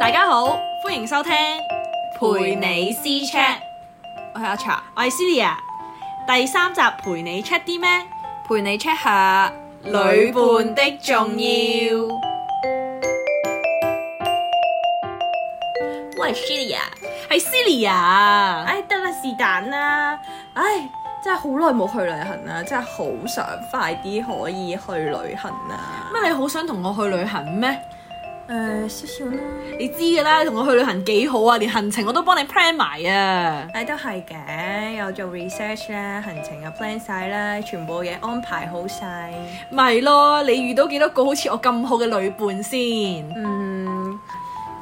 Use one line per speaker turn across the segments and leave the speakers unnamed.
大家好，歡迎收聽
陪你私 chat，
我係阿茶，我係 Celia，第三集陪你 check 啲咩？
陪你 check 下
旅伴的重要。
喂，Shelia，
係 Celia，
唉，得啦，是但啦，唉，真係好耐冇去旅行啦，真係好想快啲可以去旅行啦。
乜你好想同我去旅行咩？
誒，少少啦，
你知㗎啦，同我去旅行幾好啊，連行程我都幫你 plan 埋啊。
唉，都係嘅，有做 research 啦，行程又 plan 晒啦，全部嘢安排好晒。
咪咯，你遇到幾多個好似我咁好嘅旅伴先？
嗯，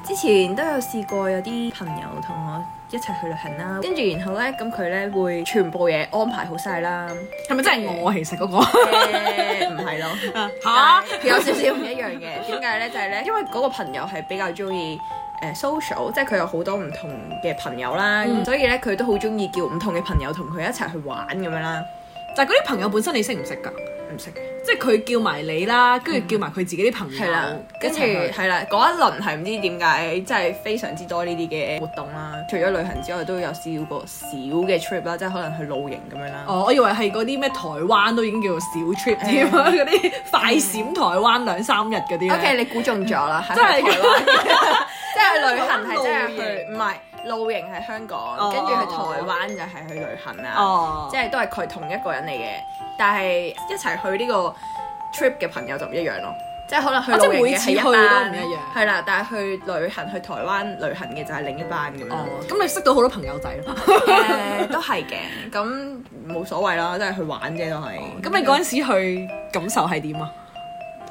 之前都有試過有啲朋友同我一齊去旅行啦，跟住然後咧，咁佢咧會全部嘢安排好晒啦。
係咪真係我啊其實嗰個？
誒唔係咯。
嚇
但係有少少唔一樣嘅，點解咧？就係、呢，咧，因為嗰個朋友係比較中意誒 social，即係佢有好多唔同嘅朋友啦，咁
嗯
所以咧佢都好中意叫唔同嘅朋友同佢一齊去玩咁樣啦。
但係嗰啲朋友本身你識唔識㗎？
唔識
即係佢叫埋你啦，跟住叫埋佢自己啲朋友
嗯係啦，
一
跟住
齊去。
係啦，嗰一輪係唔知點解，真係非常之多呢啲嘅活動啦。除咗旅行之外，都有試過小嘅 trip 啦，即係可能去露營咁樣啦。
哦，我以為係嗰啲咩台灣都已經叫做小 trip 添啊，嗰啲快閃台灣兩三日嗰啲咧。
O.K. 你估中咗啦，係
嗯真係
去台灣 嘅，即係旅行係真係
露營
去，唔係露營係香港，
哦
跟住去台灣就係去旅行啦，
哦，
即係都係佢同一個人嚟嘅，但係一齊去呢個 trip 嘅朋友就唔一樣咯。即係可能去
哦即係
露營
每
嘅
次
係一
去都唔
班，
一樣
係啦，但係去旅行去台灣旅行嘅就係另一班咁樣
哦
咯。，
咁你識到好多朋友仔咯。
誒都係嘅，咁冇所謂啦，都係去玩啫，都係。
哦咁你嗰陣時去感受係點啊？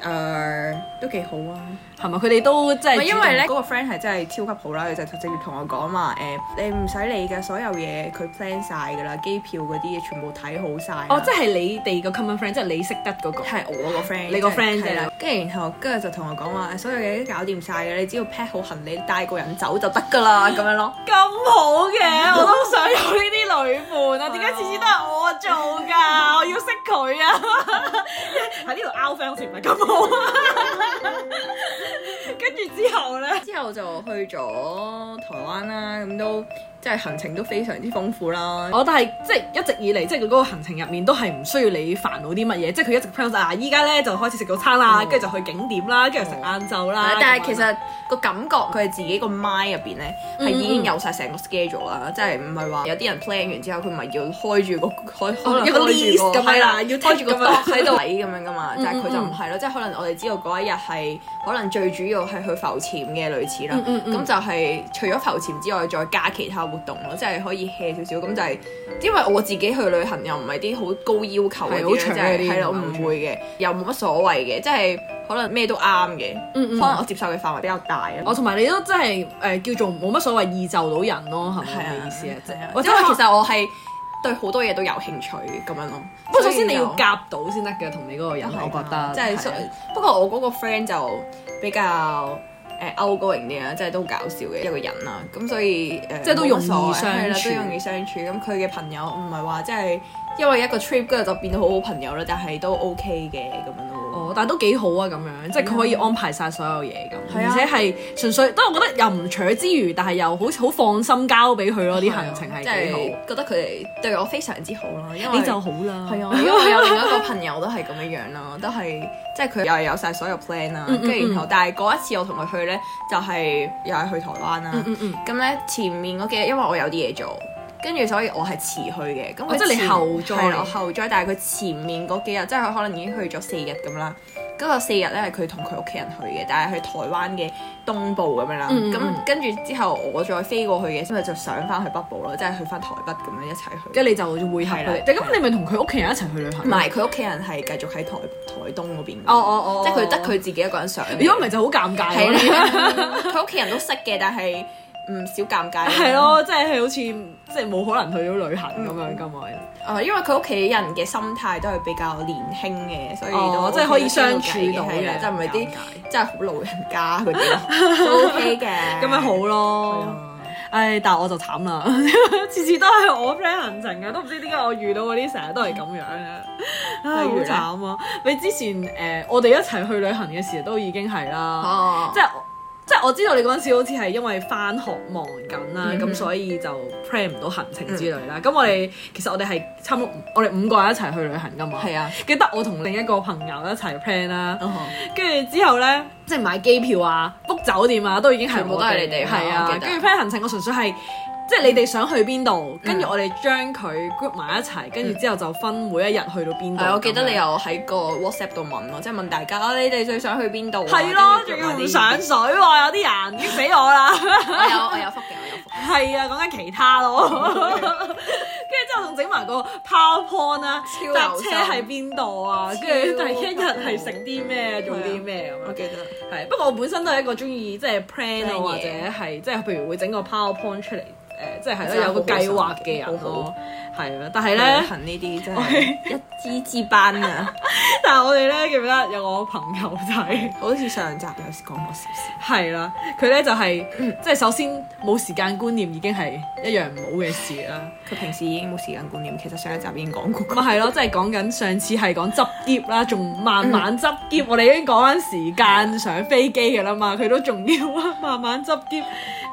誒都幾好啊！
係咪佢哋都即
唔
係
係因為咧，
主動？
嗰個 friend 係真係超級好啦，佢就直接同我講話誒，你唔使理嘅，所有嘢佢 plan 晒㗎啦，機票嗰啲嘢全部睇好晒啦。
哦，即係你哋個 common friend，即係你識得嗰個。
係我個 friend，
你個 friend
係啦
啫。
跟住然後跟住就同我講話，誒所有嘢都搞掂晒嘅，你只要 pack 好行李，帶個人走就得 㗎啦，咁樣咯。
咁好 嘅，我都想有呢啲女伴啊！點解次次都係我做 㗎？我要識佢啊！ 喺呢度 out friend 好似唔係咁好。 跟住之後咧，
之後就去咗台灣啦，咁都即係行程都非常之豐富啦。
我但係即係一直以嚟，即係佢嗰個行程入面都係唔需要你煩惱啲乜嘢，即係佢一直 plan 晒啊！依家咧就開始食早餐啦，
哦
跟住就去景點啦，跟住食晏晝啦。嗯
但係
咁樣
其實個感覺佢自己個 mind 入邊咧係已經有晒成個 schedule 啦，即係唔係話有啲人 plan 完之後佢咪要開住個 開可能
有個
開住
list 咁樣
係啦，
要
開住個
tick 咁樣
doc 喺度睇咁樣噶嘛，但係佢就
嗯
唔係咯，即係可能我哋知道嗰一日係可能最主要係去浮潛嘅類似啦，
嗯嗯嗯
咁就係除咗浮潛之外再加其他活動咯，即係可以 hea 少少咁就係。因為我自己去旅行又唔係啲好高要求嗰
係
啲
好
咧，
長
即
嗰啲
係係啦，
唔
我
係好長
唔會嘅，又冇乜所謂嘅，即係可能咩都啱嘅，
嗯嗯
可能我接受嘅範圍比較大啊。
我同埋你都真係誒、呃叫做冇乜所謂易就到人咯，係
係
咪
啊
你嘅意思啊？即係
因
或者
為
可
其實我係對好多嘢都有興趣咁樣咯。
不過首先你要
夾，
夾到先得嘅，同你嗰
啊
個人，我覺得。
即係所啊
係
不過我嗰個 friend 就比較。誒 outgoing 啲啊，即係都搞笑嘅一個人啦，咁所以誒、
即係都容易
冇乜所謂
相
係啦
處
都容易相處。咁佢嘅朋友唔係話即係因為一個 trip 跟住就變到好好朋友啦，但係都 OK 嘅咁樣咯。
哦，但係都幾好啊，咁樣即係佢可以安排晒所有嘢咁，
係
而
啊
且係純粹，都我覺得又唔扯之餘，但係又好似 好放心交俾佢咯，啲行程係
即係
幾好，
覺得佢哋對我非常之好啦，因為
你就好啦。
係啊，因為我有另一個朋友都係咁樣 樣啦，都係即係佢又係有晒所有 plan 啦，
嗯嗯
跟住然後但係嗰一次我同佢去咧，就係又係去台灣啦，
嗯嗯，
咁咧前面嗰幾日因為我有啲嘢做。跟住所以我係遲去嘅，咁
哦
佢
即係你
前
後咗
係啦我後咗，但係佢前面嗰幾日，即係佢可能已經去咗四日咁啦。嗰個四日咧係佢同佢屋企人去嘅，但係去台灣嘅東部咁樣啦。咁、
嗯嗯嗯
跟住之後我再飛過去嘅，咁咪就上翻去北部咯，即係去翻台北咁樣一齊去。
跟住你就會合佢
係啦
哋，但咁你咪同佢屋企人一齊去旅行。
唔係，佢屋企人係繼續喺台台東嗰邊。
哦哦哦
即係佢得佢自己一個人上。
如果唔係就好尷尬
係啊
咯。
啦， 佢屋企人都識嘅，但係唔少尷尬。
係。咯，即係好似即係冇可能去咗旅行咁樣噶嘛。
啊，因為佢屋企人嘅心態都係比較年輕嘅，所以
哦
都，
即係可以相處到
係啦
嘅，
即係唔係
尷
啲
尬
真係好老人家嗰啲咯， 都 OK 嘅。
咁咪好
係
咯。
啊。
唉，但係我就慘啦， 次次都係我 friend 行程嘅，都唔知點解我遇到嗰啲成日都係咁樣嘅，唉，
例如咧
好慘啊！你之前誒、呃我哋一齊去旅行嘅時候都已經係啦，
哦，
即係即係我知道你嗰陣時好似係因為翻學忙緊啦，
嗯
咁、
嗯
所以就 plan 唔到行程之類啦。咁、我哋其實我哋係差唔多，我哋五個人一齊去旅行噶嘛。
係啊，
記得我同另一個朋友一齊 plan 啦。
嗯哼
跟住之後咧，即係買機票啊、book 酒店啊，都已經係
全部
我
都係你哋
係嗯
我
啊
記。得
跟住 plan 行程，我純粹係即係你哋想去邊度，跟住我哋將佢 group 埋一齊，跟住之後就分每一日去到邊度。
啊係我記得
咁樣
你又喺個 WhatsApp 度問我，即係問大家啊你哋最想去邊度啊？
係咯，仲
跟住
要唔
夾
上
埋啲
水喎，有啲人激死我啦。
我有我有福嘅，我有福。
係啊，講緊其他咯。跟住之後仲整埋個 PowerPoint 啦，
超
搭
有
車
心
喺邊度啊？
超
跟住第一日係啊食啲咩，做啲咩咁樣。
記得。
係，不過我本身都係一個中意即係 plan 啊，
plan 嘢
或者係即係譬如會整個 PowerPoint 出嚟，誒，即係係
真係
啦，有個
好好
計劃嘅人
好
咯。係啊，但係
旅
咧，
行呢啲真係一支支班 啊！
但係我哋咧記唔記得有個朋友仔？
好似上集有講過少少。
係啦，佢咧就係、嗯即係首先冇時間觀念已經係一樣唔好嘅事啦。
佢平時已經冇時間觀念，其實上一集已經講過。
咪係 咯，即係講緊上次係講執箧啦，仲慢 慢執箧。我哋已經講緊時間上飛機嘅啦嘛，佢都仲要 啊，慢慢執箧。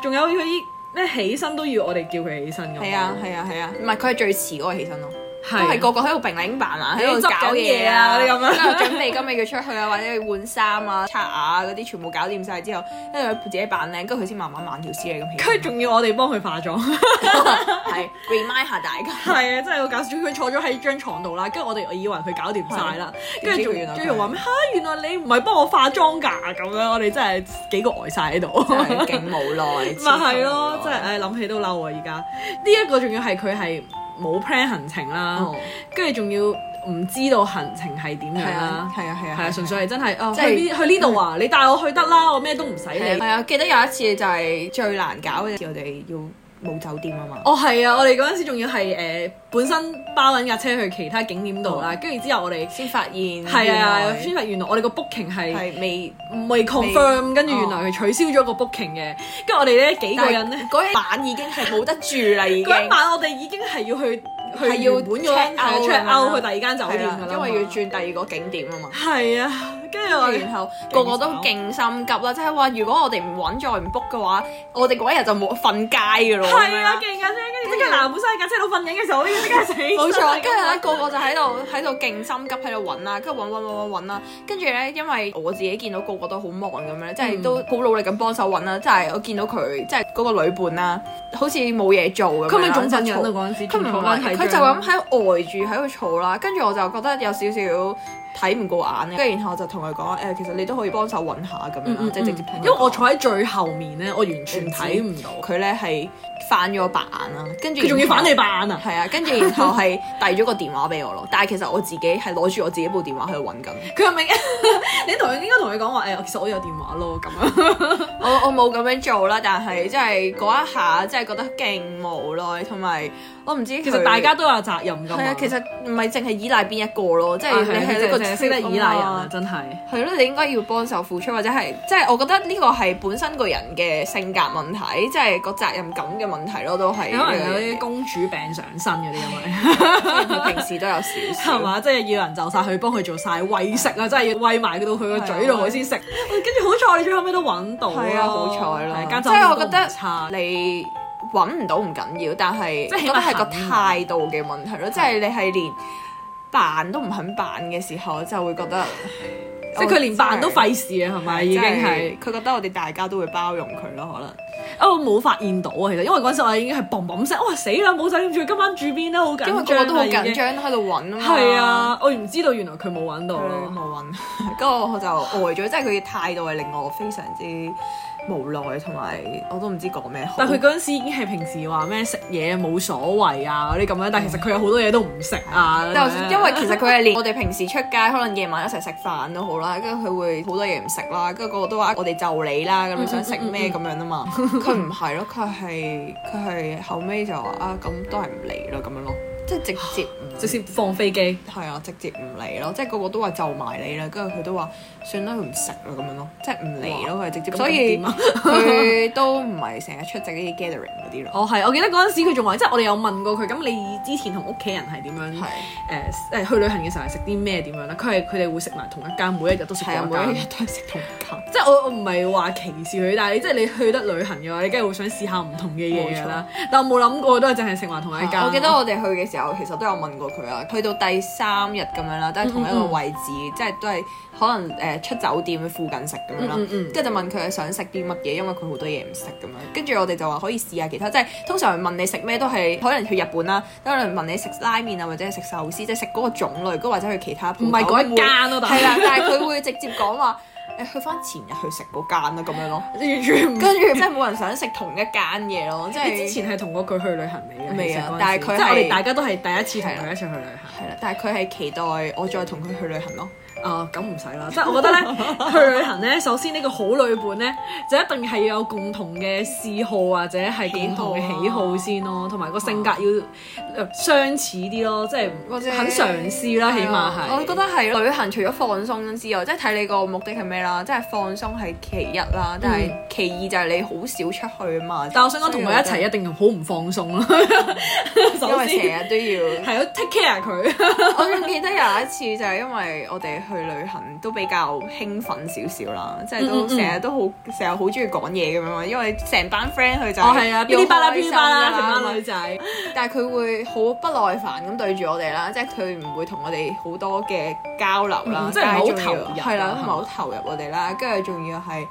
仲有佢依咩起身都要我哋叫佢起身㗎嘛。
係啊係啊係啊，唔係佢係最遲嗰個起身咯，都
係啊
係個個喺度並領扮啊，喺
喺
度
度
搞
搞
嘢
嘢
啊
啊
嗰啲咁樣，
喺
喺度準備今日要出去啊，或者要換衫啊、刷牙啊嗰啲全部搞掂晒之後，跟住佢自己扮靚，跟住佢先慢慢慢條絲嚟咁起身。
佢仲要我哋幫佢化妝。
係 remind 下大家，
係啊，真係好搞笑！佢坐咗喺張床度啦，跟住我哋以為佢搞掂晒啦，跟住仲
點知佢原來佢
仲要話咩嚇？原來你唔係幫我化妝㗎咁樣，我哋真係幾個呆晒喺度。
真 係勁無奈。
咪係咯，真係誒諗起都嬲啊！而家呢一個仲要係佢係冇 plan 行程啦，
哦
跟住仲要唔知道行程係點樣
係
啦
啊，係啊係啊，
係啊，純粹係真係啊，
即係嗯
去呢去呢度啊，你帶我去得啦，我咩都唔使
係
理。
啊，記得有一次就係最難搞嘅，我哋要冇酒店啊嘛。
哦，係啊！我哋嗰陣時仲要係誒本身包緊架車去其他景點度啦，跟住之後我哋
先發現
係
哦原
啊，
來
先發原來我哋個 booking 係
係未
未 confirm，
未哦
跟住原來佢取消咗個 booking 嘅，跟住我哋咧幾個人咧
但係嗰一晚已經係冇得住啦，已經
嗰一晚我哋已經係要去去
係要
原本嗰間
check out 㗎
check
嘛
out 去第二間酒店㗎啦，
因為要。轉第二個景點啊嘛。
係啊，跟住我哋
然後個個都勁心急啦，即係話如果我哋唔揾再唔 book 嘅話，我哋嗰一日就冇瞓街嘅咯。咁樣
係
啦
啊，勁緊張，跟住即刻嗱，本身喺架車度瞓緊嘅時候，我已經即刻死咗。
冇錯，跟
啊
住咧個個就喺度喺度勁心急喺度揾啦，跟住揾揾揾揾揾啦，跟住咧因為我自己見到個個都好忙咁樣咧，即
嗯
係都好努力咁幫手揾啦，即係我見到佢即係嗰個女伴啦，好似冇嘢做咁樣啦，
佢咪仲瞓緊
就
啊
嘈
嗰陣時，
佢唔係，佢就咁喺度呆住喺度嘈啦，跟住我就覺得有少少睇唔過眼咧，跟住然後我就同佢講誒，其實你都可以幫手揾下咁樣啦，即係直接同佢講
嗯因為我坐喺最後面咧，我完全睇唔到，
佢咧係反咗白眼啦，跟住
佢仲要反你白眼啊！
係啊，跟住然後係遞咗個電話俾我咯，但係其實我自己係攞住我自己部電話喺度揾緊，
佢係咪 你同佢應該同佢講話哎誒，其實我有電話咯咁 樣。
我我冇咁樣做啦，但係即係嗰一下真係覺得勁無奈，同埋我唔知
其
佢
實大家都有責任㗎嘛。
係啊，其實唔係淨係依賴邊一個咯，即
啊
係你係一個
淨係識得依賴人啊，真係。
係咯，你應該要幫手付出，或者係即係我覺得呢個係本身個人嘅性格問題，即係個責任感嘅問題咯，都係
可能有啲公主病上身嗰啲咁樣。
佢平時都有少少
係。嘛？即係要人就晒佢幫佢做晒餵食啊！真係要餵埋佢到佢個嘴度佢先食。跟住好彩你最後尾都揾到
係啊，好彩
啊係
啦！
間
即
酒店
係
都
我
唔
覺得
差。
你揾唔到唔緊要，但係
即係起
即覺
碼
得係個
肯啊
態度嘅問題咯。即係你係連扮都唔肯扮嘅時候，就會覺得
即係佢連扮都費事啊，係咪已經係？
佢覺得我哋大家都會包容佢咯，可能。
啊，我冇發現到啊，其實因為嗰陣時我已經係嘣嘣聲，哇死啦！冇酒店住，今晚住邊咧？好緊張啊
因為個個都好緊。
已經
張喺度揾啊嘛。
係。啊，我唔知道原來佢冇揾到
佢
咯。
冇揾，跟住我就呆咗，即係佢嘅態度係令我非常之無奈，同埋我都唔知講咩好。
但佢嗰陣時已經係平時話咩食嘢冇所謂啊嗰啲咁樣，但其實佢有好多嘢都唔食啊。
就因為其實佢係連我哋平時出街，可能夜晚一齊食飯都好啦，跟住佢會好多嘢唔食啦，跟住個個都話我哋就你啦，咁你想
嗯
食咩咁樣啊嘛？佢唔係咯，佢係佢係後尾就話啊，咁都係唔嚟咯咁樣咯，即係直接唔
直接放飛機。
係啊，直接唔嚟咯，即係個個都話就埋你啦，跟住佢都話算啦，佢唔食啦咁樣咯，即係唔嚟咯，佢直接，
咁
所以
咁點啊
佢都唔係成日出席呢啲 gathering 嗰啲咯。
哦，係，我記得嗰陣時佢仲話，即係我哋有問過佢，咁你之前同屋企人係點樣？
係
誒誒去旅行嘅時候係食啲咩點樣咧？佢係佢哋會食埋同一間，每一日都食同
係啊，
一
每一
間
日。都係食同一間。
即係我我唔係話歧視佢，但係你即係你去得旅行嘅話，你梗係會想試下唔同嘅嘢㗎啦。但我冇諗過都係淨係食埋同一間。
我記得我哋去嘅時候，其實都有問過佢啊。去到第三日咁樣啦，都係同一
嗯
個位置，即係都係可能誒、呃出酒店附近食咁樣啦
嗯嗯嗯。
跟住就問佢想食啲乜嘢，因為佢好多嘢唔食咁樣。跟住我哋就話可以試下其他，即係通常問你食咩都係可能去日本啦，都可能問你食拉麵啊，或者係食壽司，即係食嗰個種類，跟或者去其他鋪
唔係嗰一間咯但係
係啦，但係佢會直接講話誒去翻前日去食嗰間啦咁樣咯。
完全唔。
跟住即係冇人想食同一間嘢咯，即係
你之前係同過佢去旅行未嘅？
未
其
啊
實嗰陣時
但係佢係
即係我哋大家都係啊第一次同佢一齊去旅行。
係啦，但係佢係期待我再同佢去旅行咯。
啊，咁唔使啦，即係我覺得咧， 去旅行咧，首先呢個好旅伴咧，就一定係有共同嘅嗜好或者係共同嘅喜好啊先咯，同埋個性格要呃相似啲咯，即係
或者
肯嘗試啦，起碼係。
啊
啊
我覺得係旅行除咗放鬆之外，即係睇你個目的係咩啦，即係放鬆係其一啦，但係其二就係你好少出去啊嘛。
嗯但我想講同佢一齊一定好唔放鬆咯，
因
首
為
先
成日 都要。
係咯，take care 佢。
我仲記得有一次就係因為我哋去旅行都比較興奮少少啦，即係
嗯嗯
都
嗯
成日都好成日好中意講嘢咁樣嘛，因為成班 friend 佢就
哦，係 啊，噼
要
哩啪啦，
開
噼
心啊
哩啪啦，
㗎啦
成班女仔。
但係佢會好不耐煩咁對住我哋啦，即係佢唔會同我哋好多嘅交流
嗯，
啦
即係唔係好
但仲要
投入啊
係啦，
係嘛
唔係好投入我哋啦，跟住仲要係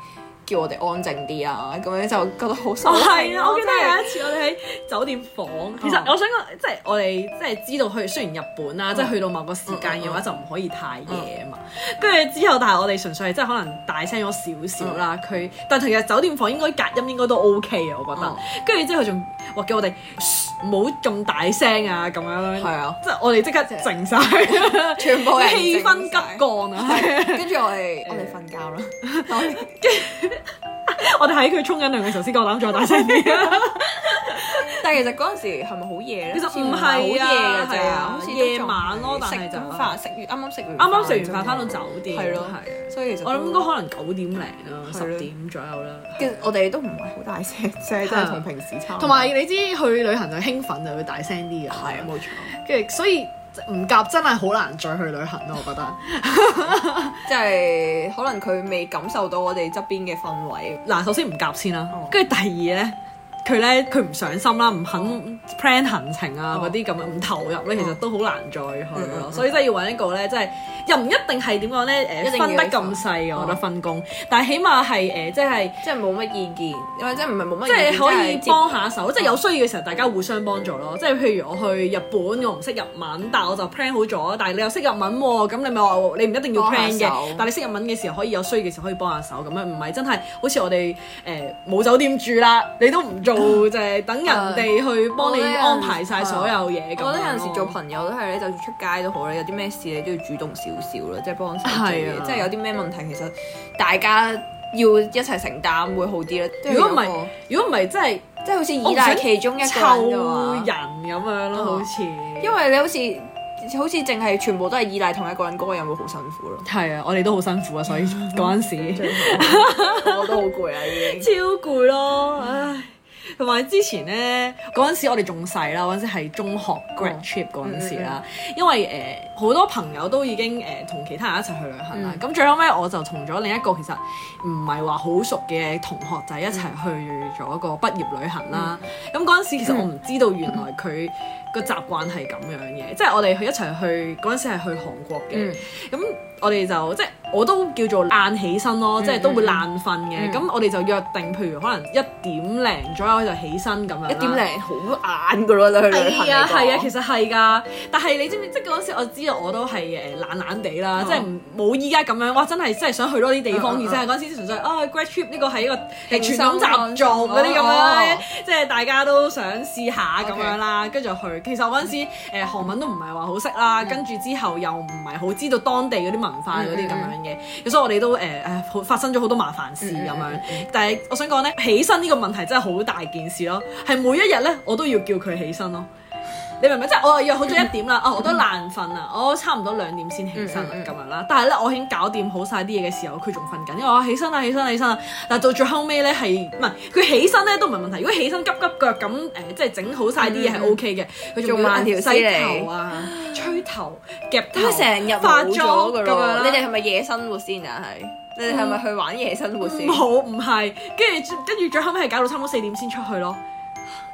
叫我哋安靜啲啊，咁樣就覺得好心
哦，
痛
係啊！
咯
我記得
真係
有一次我哋喺酒店房，其實我想講，即係我哋即係知道去雖然日本啦，即係去到某個時間嘅話就唔可以太夜啊嘛。跟住之後，但係我哋純粹係即係可能大聲咗少少啦。佢但係其實酒店房應該隔音應該都 OK 啊，我覺得
嗯。
跟住之後仲話叫我哋噓唔好咁大聲啊，咁樣。
係啊，
即係我哋即刻靜 晒，
全部人
氣氛急
降，
降啊！係
跟住 我哋我哋瞓覺啦，我哋
我哋喺佢沖緊涼嘅時候先夠膽再大聲 啲啊！
但係其實嗰陣時係咪好夜咧？
其實
好似
唔係啊
好夜㗎
係啊
咋，好似都仲
夜晚咯但係就
食完飯食完啱啱食完
啱啱食完飯翻到酒店，
係咯
係啊。
所以其實
我諗應該
都
可能九點零啦，
係
十
咯
點左右啦。
其實我哋都唔係好大聲，即係真係同平時差唔多。
同埋你知去旅行就興奮就會大聲啲嘅，
係啊，冇錯，
跟住所以唔夾真係好難再去旅行咯，我覺得。
即係可能佢未感受到我哋側邊嘅氛圍。
嗱，首先唔夾先啦
哦，
跟住第二咧，佢咧佢唔上心啦，唔肯 plan 行程啊
哦
嗰啲咁樣，唔投入咧，其實都好難再
嗯
去
嗯
咯。
嗯
所以真係要揾一個咧，即係又唔一定係點講咧，
一
誒
定要哦
分得咁細嘅，我覺得分工，但係起碼係誒即係。
即係冇乜意見，或者唔係冇嗯乜意
即
見，
係可以
即係
幫下手，即係有需要嘅時候，大家互相幫助咯。即係譬如我去日本，我唔識日文，但係我就 plan 好咗。但係你又識日文喎，咁你咪話你唔一定要
幫下
plan 嘅
手。
但係你識日文嘅時候，可以有需要嘅時候可以幫下手咁樣，唔係真係好似我哋誒冇酒店住啦，你都唔做 就係等人哋去幫你
我覺得有
安排晒所有嘢咁樣咯。
我覺得有陣時做朋友都係咧，就算出街都好咧，有啲咩事你都要主動少少啦，即係幫手做
係啊
嘢。即係有啲咩問題，其實大家要一齊承擔會好啲啦。
如果唔係，如果唔係真係
即係好似依賴其中一個人
湊
嘅話
人咁樣咯，好似因
因為你好似好似淨係全部都係依賴同一個人，嗰個人會好辛苦 咯。
係啊，我哋都好辛苦啊，所以嗰陣
嗯
時。
我都好攰啊，已經。
超攰咯，唉！同埋之前咧，嗰陣時我哋仲細啦，嗰陣時係中學 grad trip 嗰陣時啦，因為呃誒好、多朋友都已經誒同、其他人一齊去旅行啦，咁、最後尾我就同咗另一個其實唔係話好熟嘅同學仔一齊去咗個畢業旅行啦。咁嗰陣時其實我唔知道原來佢個習慣係咁樣嘅，即係我哋去一齊去嗰陣時係去韓國嘅。
嗯
咁我哋就即係我都叫做晏起身咯，即係都會爛瞓嘅。咁、我哋就約定，譬如可能一點零左右就起身咁樣啦。
一點零好晏噶咯，你去旅行
係啊
嚟講
係啊，其實係㗎，但係你知唔知？即係嗰陣時我知道我都係誒懶懶地啦，
嗯
即係唔冇依家咁樣，哇！真係真係想去多啲地方，
嗯嗯
而且係嗰陣時純粹啊 grad trip 呢個係一個誒
輕
傳統
鬆
習俗嗰啲咁樣咧
哦，
即係大家都想試下咁
OK
樣啦，跟住去。其實我嗰陣時誒韓文都唔係話好識啦，跟住之後又唔係好知道當地嗰啲文化嗰啲咁樣嘅，所以我哋都誒誒好發生咗好多麻煩事咁
嗯嗯
樣。但係我想講咧，起身呢個問題真係好大件事咯，係每一日咧我都要叫佢起身咯。你明唔明？即係我又約好咗一點啦，啊我都爛瞓啦，我差唔多兩點先起身啦
嗯嗯嗯嗯
咁樣啦。但係咧，我已經搞掂好晒啲嘢嘅時候，佢仲瞓緊，因為我話起身啦，起身啦，起身啦。但係到最後尾咧係唔係佢起身咧都唔係問題，如果起身急急腳咁誒，即係整好晒
嗯
啲嘢係 O K 嘅，佢仲
仲慢條
要
絲
洗
嚟
頭啊、吹頭、夾頭、
咁成日
化
冇
妝
咗噶
咁樣啦
咯。你哋係咪夜生活先啊？係你哋係咪去玩夜生活先？
冇，唔係，跟住跟住最後尾係搞到差唔多四點先出去咯。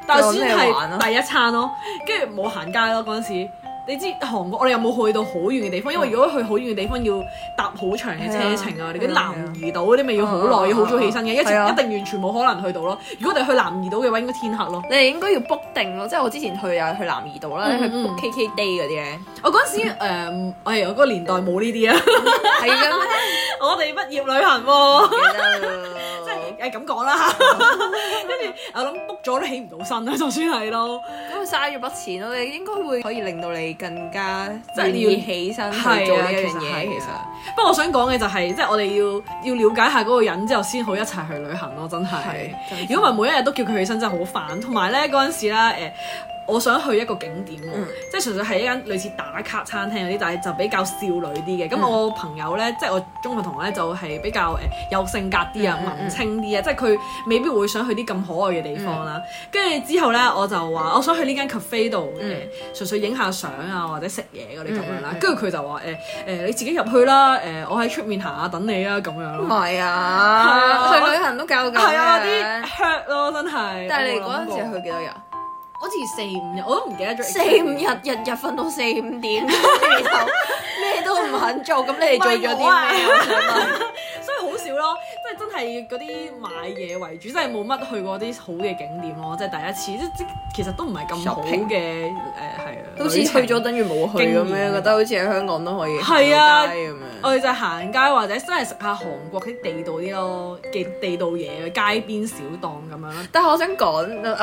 但係先
有咩玩啊
係第一餐咯，跟住冇行街咯嗰陣時。你知韓國我哋有冇去到好遠嘅地方？因為如果去好遠嘅地方要搭好長嘅車程啊，你嗰啲
嗯係啊
南怡島嗰啲咪要好耐，要好早起身嘅，一直一
係啊
定完全冇可能去到咯。如果我哋去南怡島嘅話，應該天黑 咯。
你哋應該要 book 定咯，即係我之前去啊，去南怡島啦，
嗯
去
嗯
book K K Day 嗰啲咧，
我嗰陣時呃誒，我係我嗰個年代冇呢 啲啊，
係咁
我哋畢業旅行喎。即
樣。
係誒咁講 啦，跟住我諗 book 咗都起唔到身啦，就算係咯。
咁佢嘥咗筆錢咯，你應該會可以令到你更加
即係
願
你要
意起身去
係
做
啊
呢一
其
樣
實係
嘢。
其實不過我想講嘅就係、即係我哋要要了解下嗰個人之後，先好一齊去旅行咯，真係
係真。係
如果唔係每一日都叫佢起身，真係好煩。同埋咧嗰陣時啦，誒、我想去一個景點喎，
嗯
即係純粹係一間類似打卡餐廳嗰啲，但係就比較少女啲嘅。咁、
嗯
我朋友咧，即係我中學同學咧，就係、比較誒、有性格啲啊、
嗯嗯嗯
文青啲啊，即係佢未必會想去啲咁可愛嘅地方啦。跟住之後咧，我就話我想去呢間 cafe 度誒，
嗯
純粹影下相啊，或者食嘢嗰啲咁樣啦
嗯嗯。嗯
啊跟住佢就話誒誒你自己入去啦，誒、我喺出面行下等你啊咁樣
唔
咯。
係
啊
啊，去旅行都搞哦咁
係啊，
樣
啲 hurt 咯，真係。
但係你嗰
陣
陣時去幾多日？啊
好似四五日，我都唔記得咗。
四五日，日日瞓到四五 點，然後咩都唔肯做，咁你哋做咗啲咩？啊
啊
我想問
所以好少咯，即係真係嗰啲買嘢為主，真係冇乜去過啲好嘅景點咯，即係第一次，即即其實都唔係咁好嘅誒，係啊。
好似去
旅程
咗等於冇去咁
經驗
樣，覺得好似喺香港都可以
係啊
行街咁樣。
我哋就係行街或者真係食下韓國啲地道啲咯嘅地道嘢，街邊小檔咁樣咯。
但係我想講，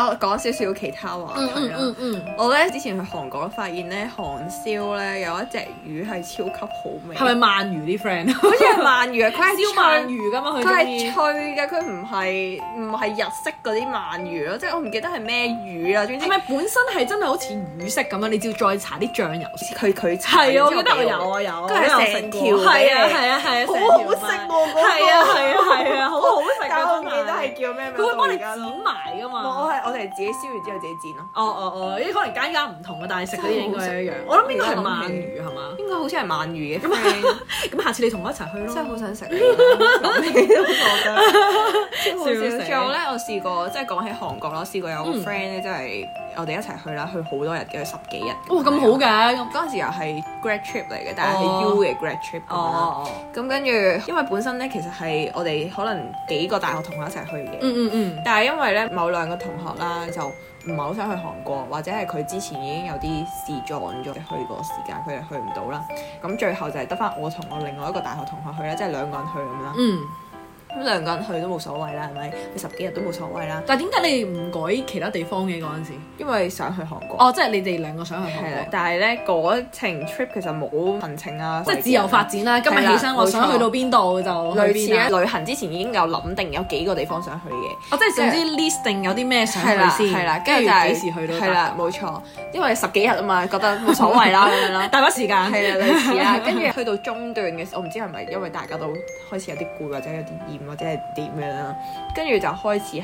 我講少少其他話題啦。
嗯，
我咧之前去韓國發現咧，韓燒咧有一隻魚係超級好味，
係咪鰻魚啲 friend？
好似係鰻魚啊？佢係
燒鰻
脆
魚噶嘛？佢
佢
中
係
意
脆嘅，佢唔係唔係日式嗰啲鰻魚咯，即係我唔記得係咩魚啊啦。總之
係咪本身係真係好似魚色咁樣？啊你只要再搽啲醬油先。
佢佢
係啊，我
覺
記得我有啊有啊，
佢係
我有食
成
過
條俾
係啊
你
係啊係啊，
好
成
好
條
食
飯
喎嗰個
係啊係啊係啊，好好 食
但我
㗎
唔記
真
得
係
係。叫咩名。
佢會幫你
我到而家都
剪啊埋㗎嘛。
我係我哋自己燒完之後自己剪咯。
哦哦哦，因為可能間間唔同嘅，但係食嗰啲嘢應該一樣。我諗應該係鰻魚係嘛？
應該好似係鰻魚 嘅 friend，
咁下次你同我一齊去咯。
真係好 想食啊。諗起都覺得。
笑死嗯
好仲有咧，我試過即係講起韓國啦，我試過有個 friend 咧，即係我哋一齊去啦，去好多日嘅，去十幾日。
哇，哦咁好！嘅咁。
嗰陣時又係 grad trip 嚟嘅，但係
哦
係 U 嘅 grad trip 咁樣啦。
哦，
咁跟住，因為本身咧其實係我哋可能幾個大學同學一齊去嘅，
嗯嗯嗯，
但係因為咧某兩個同學啦就唔係好想去韓國，或者係佢之前已經有啲事撞咗，去個時間佢哋去唔到啦。咁最後就係得翻我同我另外一個大學同學去啦，即係兩個人去咁啦。
嗯。
咁兩個人去都冇所謂啦，係咪？你十幾日都冇所謂啦，
但係點解你唔改其他地方嘅嗰陣時？
因為想去韓國。
哦，即係你哋兩個想去
係
韓
啦
國，，
但係咧嗰程 trip 其實冇行程啊，
即係自由發展啦。今日起身，我想去到邊度就去
類
邊
似咧，
啊。
旅行之前已經有諗定有幾個地方想去嘅，
哦，即係總之 list 定有啲咩想去先，
係啦，
跟
啊
住幾
跟住
時去到？
係啦，，冇錯，因為十幾日啊嘛，覺得冇所謂啦咁樣啦。
大把時間。
係 啦，類似啦，跟住去到中段嘅時候，我唔知係咪因為大家都開始有啲攰或者有啲厭或者係點樣啦，跟住就開始係誒、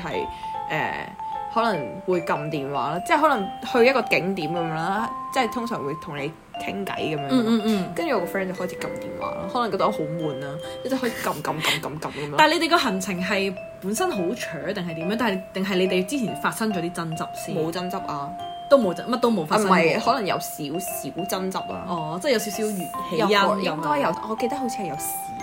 呃可能會撳電話啦，即係可能去一個景點咁樣啦，即係通常會同你傾偈咁樣。
嗯嗯嗯。
跟住我個 friend 就開始撳電話啦，可能覺得我好悶啦，跟住就開始撳撳撳撳撳咁樣。
但係你哋個行程係本身好扯定係點樣？但係定係你哋之前發生咗啲爭執先？
冇爭執啊，
都冇爭，乜都冇
啊
發
唔
生過。
係，可能有少少爭執啦。
哦，即係有少少緣起因
有
咁樣
應該有，我記得好似係有少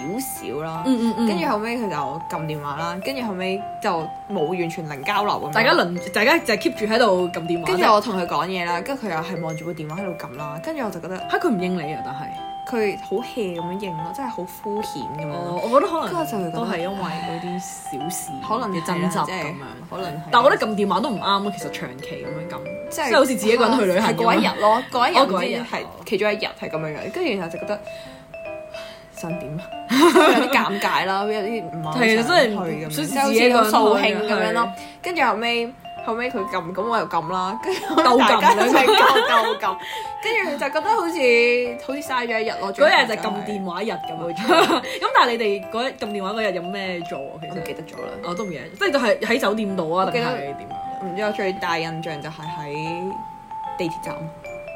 少啦。
嗯嗯嗯。
跟住後尾佢就撳電話啦，跟住後尾就冇完全零交流咁樣。
大家輪，大家就係 keep 住喺度撳電話。
跟住我同佢講嘢啦，跟住佢又係望住部電話喺度撳啦，跟住我就覺得
嚇佢唔應你啊，但係。
佢好 hea 咁樣應咯，真係好敷衍咁樣咯。
哦，我覺得可
跟住就
能
係咁
都係因為嗰啲小事，
可能
嘅
係
爭
啦
執
即
咁
係
樣。
可能係。啊
但我覺得撳電話都唔啱咯，其實長期咁樣撳，即
即
係好似自己一個人去旅行
係嗰一
咁樣。
日咯，嗰一日
哦
唔
嗰一日
知啊係其中一日係咁樣樣，跟住然後就覺得想點啊， 有啲尷尬啦，有啲唔係好
係啊
想
真係
去咁樣，
所以
即係好
自己一
似
個
好
人啊
掃
去
興咁樣咯。跟住後尾後後尾佢撳，咁我又撳啦，跟住
鬥撳
大家就
兩
係撳鬥撳，跟住就覺得好似好似嘥咗一日咯。
嗰
最後
日就撳
係
電話日咁
冇
樣。
錯
咁但係你哋嗰日撳電話嗰日有咩做啊？其
我唔記
實
得咗啦。
我都唔記得，即係就係喺酒店度啊，
我記
定
得
係點啊？
唔知我最大印象就係喺地鐵站，